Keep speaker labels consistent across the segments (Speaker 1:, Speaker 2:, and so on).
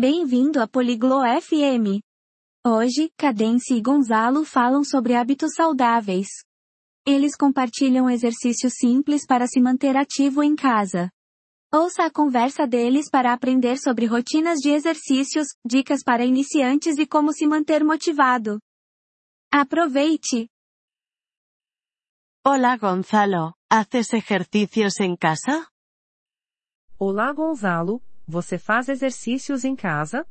Speaker 1: Bem-vindo à Poliglo FM. Hoje, Cadence e Gonzalo falam sobre hábitos saudáveis. Eles compartilham exercícios simples para se manter ativo em casa. Ouça a conversa deles para aprender sobre rotinas de exercícios, dicas para iniciantes e como se manter motivado. Aproveite!
Speaker 2: Hola Gonzalo, ¿haces ejercicios en casa?
Speaker 3: Olá, Gonzalo. Você faz exercícios em casa?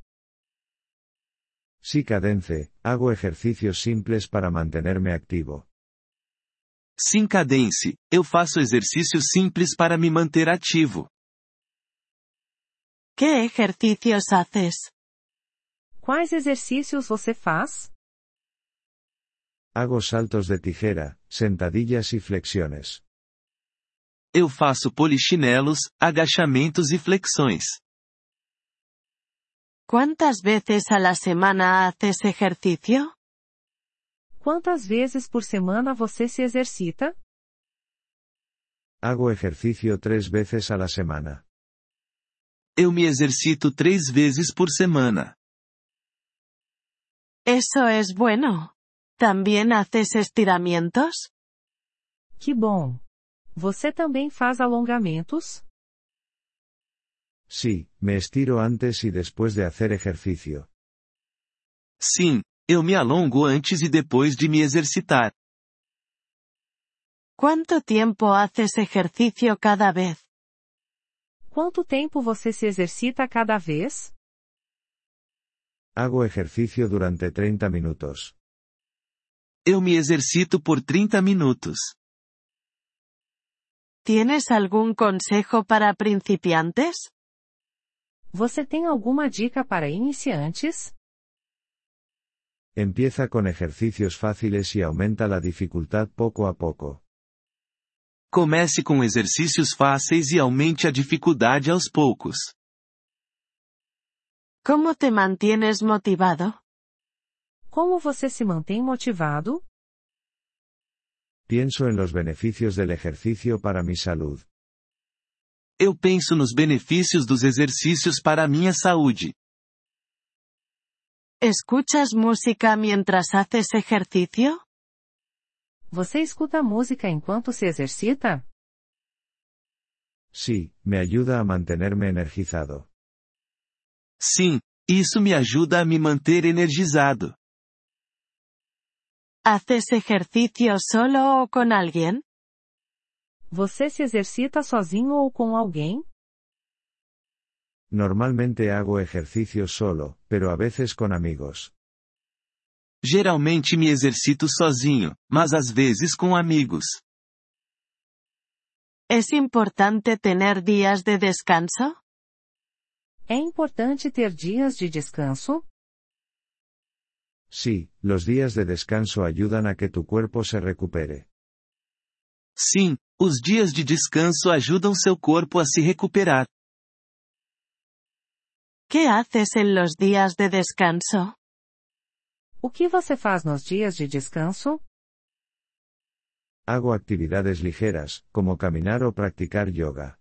Speaker 4: Sí, Cadence, hago ejercicios simples para mantenerme activo.
Speaker 5: Sim, Cadence, eu faço exercícios simples para me manter ativo.
Speaker 2: ¿Qué ejercicios haces?
Speaker 3: Quais exercícios você faz?
Speaker 4: Hago saltos de tijera, sentadillas y flexiones.
Speaker 5: Eu faço polichinelos, agachamentos e flexões.
Speaker 2: ¿Cuántas veces a la semana haces ejercicio?
Speaker 3: Quantas vezes por semana você se exercita?
Speaker 4: Hago ejercicio tres veces a la semana.
Speaker 5: Eu me exercito três vezes por semana.
Speaker 2: Eso es bueno. ¿También haces estiramientos?
Speaker 3: Que bom! Você também faz alongamentos?
Speaker 4: Sí, me estiro antes y después de hacer ejercicio.
Speaker 5: Sim, eu me alongo antes e depois de me exercitar.
Speaker 2: ¿Cuánto tiempo haces ejercicio cada vez?
Speaker 3: Quanto tempo você se exercita cada vez?
Speaker 4: Hago ejercicio durante 30 minutos.
Speaker 5: Eu me exercito por 30 minutos.
Speaker 2: ¿Tienes algún consejo para principiantes?
Speaker 3: Você tem alguma dica para iniciantes?
Speaker 4: Empieza con ejercicios fáciles y aumenta la dificultad poco a poco.
Speaker 5: Comece com exercícios fáceis e aumente a dificuldade aos poucos.
Speaker 2: ¿Cómo te mantienes motivado?
Speaker 3: Como você se mantém motivado?
Speaker 4: Pienso en los beneficios del ejercicio para mi salud.
Speaker 5: Eu penso nos benefícios dos exercícios para a minha saúde.
Speaker 2: ¿Escuchas música mientras haces ejercicio?
Speaker 3: Você escuta música enquanto se exercita?
Speaker 4: Sí, me ayuda a mantenerme energizado.
Speaker 5: Sim, isso me ajuda a me manter energizado.
Speaker 2: ¿Haces ejercicio solo o con alguien?
Speaker 3: Você se exercita sozinho ou com alguém?
Speaker 4: Normalmente hago ejercicio solo, pero a veces con amigos.
Speaker 5: Geralmente me exercito sozinho, mas às vezes com amigos.
Speaker 2: ¿Es importante tener días de descanso?
Speaker 3: É importante ter dias de descanso?
Speaker 4: Sí, los días de descanso ayudan a que tu cuerpo se recupere.
Speaker 5: Sim, os dias de descanso ajudam seu corpo a se recuperar.
Speaker 2: ¿Qué haces en los días de descanso?
Speaker 3: O que você faz nos dias de descanso?
Speaker 4: Hago actividades ligeras, como caminar o practicar yoga.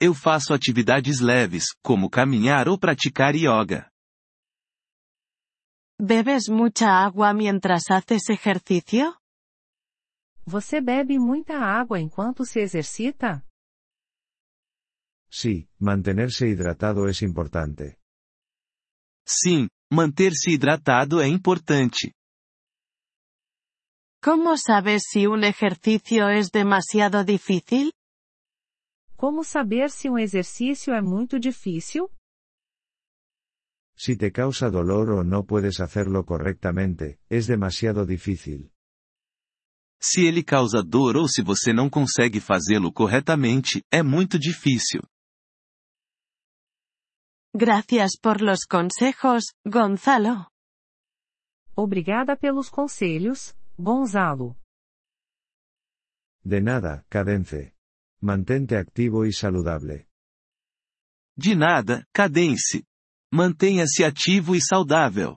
Speaker 5: Eu faço atividades leves, como caminhar ou praticar yoga.
Speaker 2: ¿Bebes mucha agua mientras haces ejercicio?
Speaker 3: Você bebe muita água enquanto se exercita?
Speaker 4: Sí, mantenerse hidratado es importante.
Speaker 5: Sim, manter-se hidratado é importante.
Speaker 2: ¿Cómo sabes si un ejercicio es demasiado difícil?
Speaker 3: Como saber se um exercício é muito difícil?
Speaker 4: Si te causa dolor o no puedes hacerlo correctamente, es demasiado difícil.
Speaker 5: Se ele causa dor ou se você não consegue fazê-lo corretamente, é muito difícil.
Speaker 2: Gracias por los consejos, Gonzalo.
Speaker 3: Obrigada pelos conselhos, Gonzalo.
Speaker 4: De nada, Cadence. Mantente activo y saludable.
Speaker 5: De nada, cadence. Mantenha-se ativo e saudável.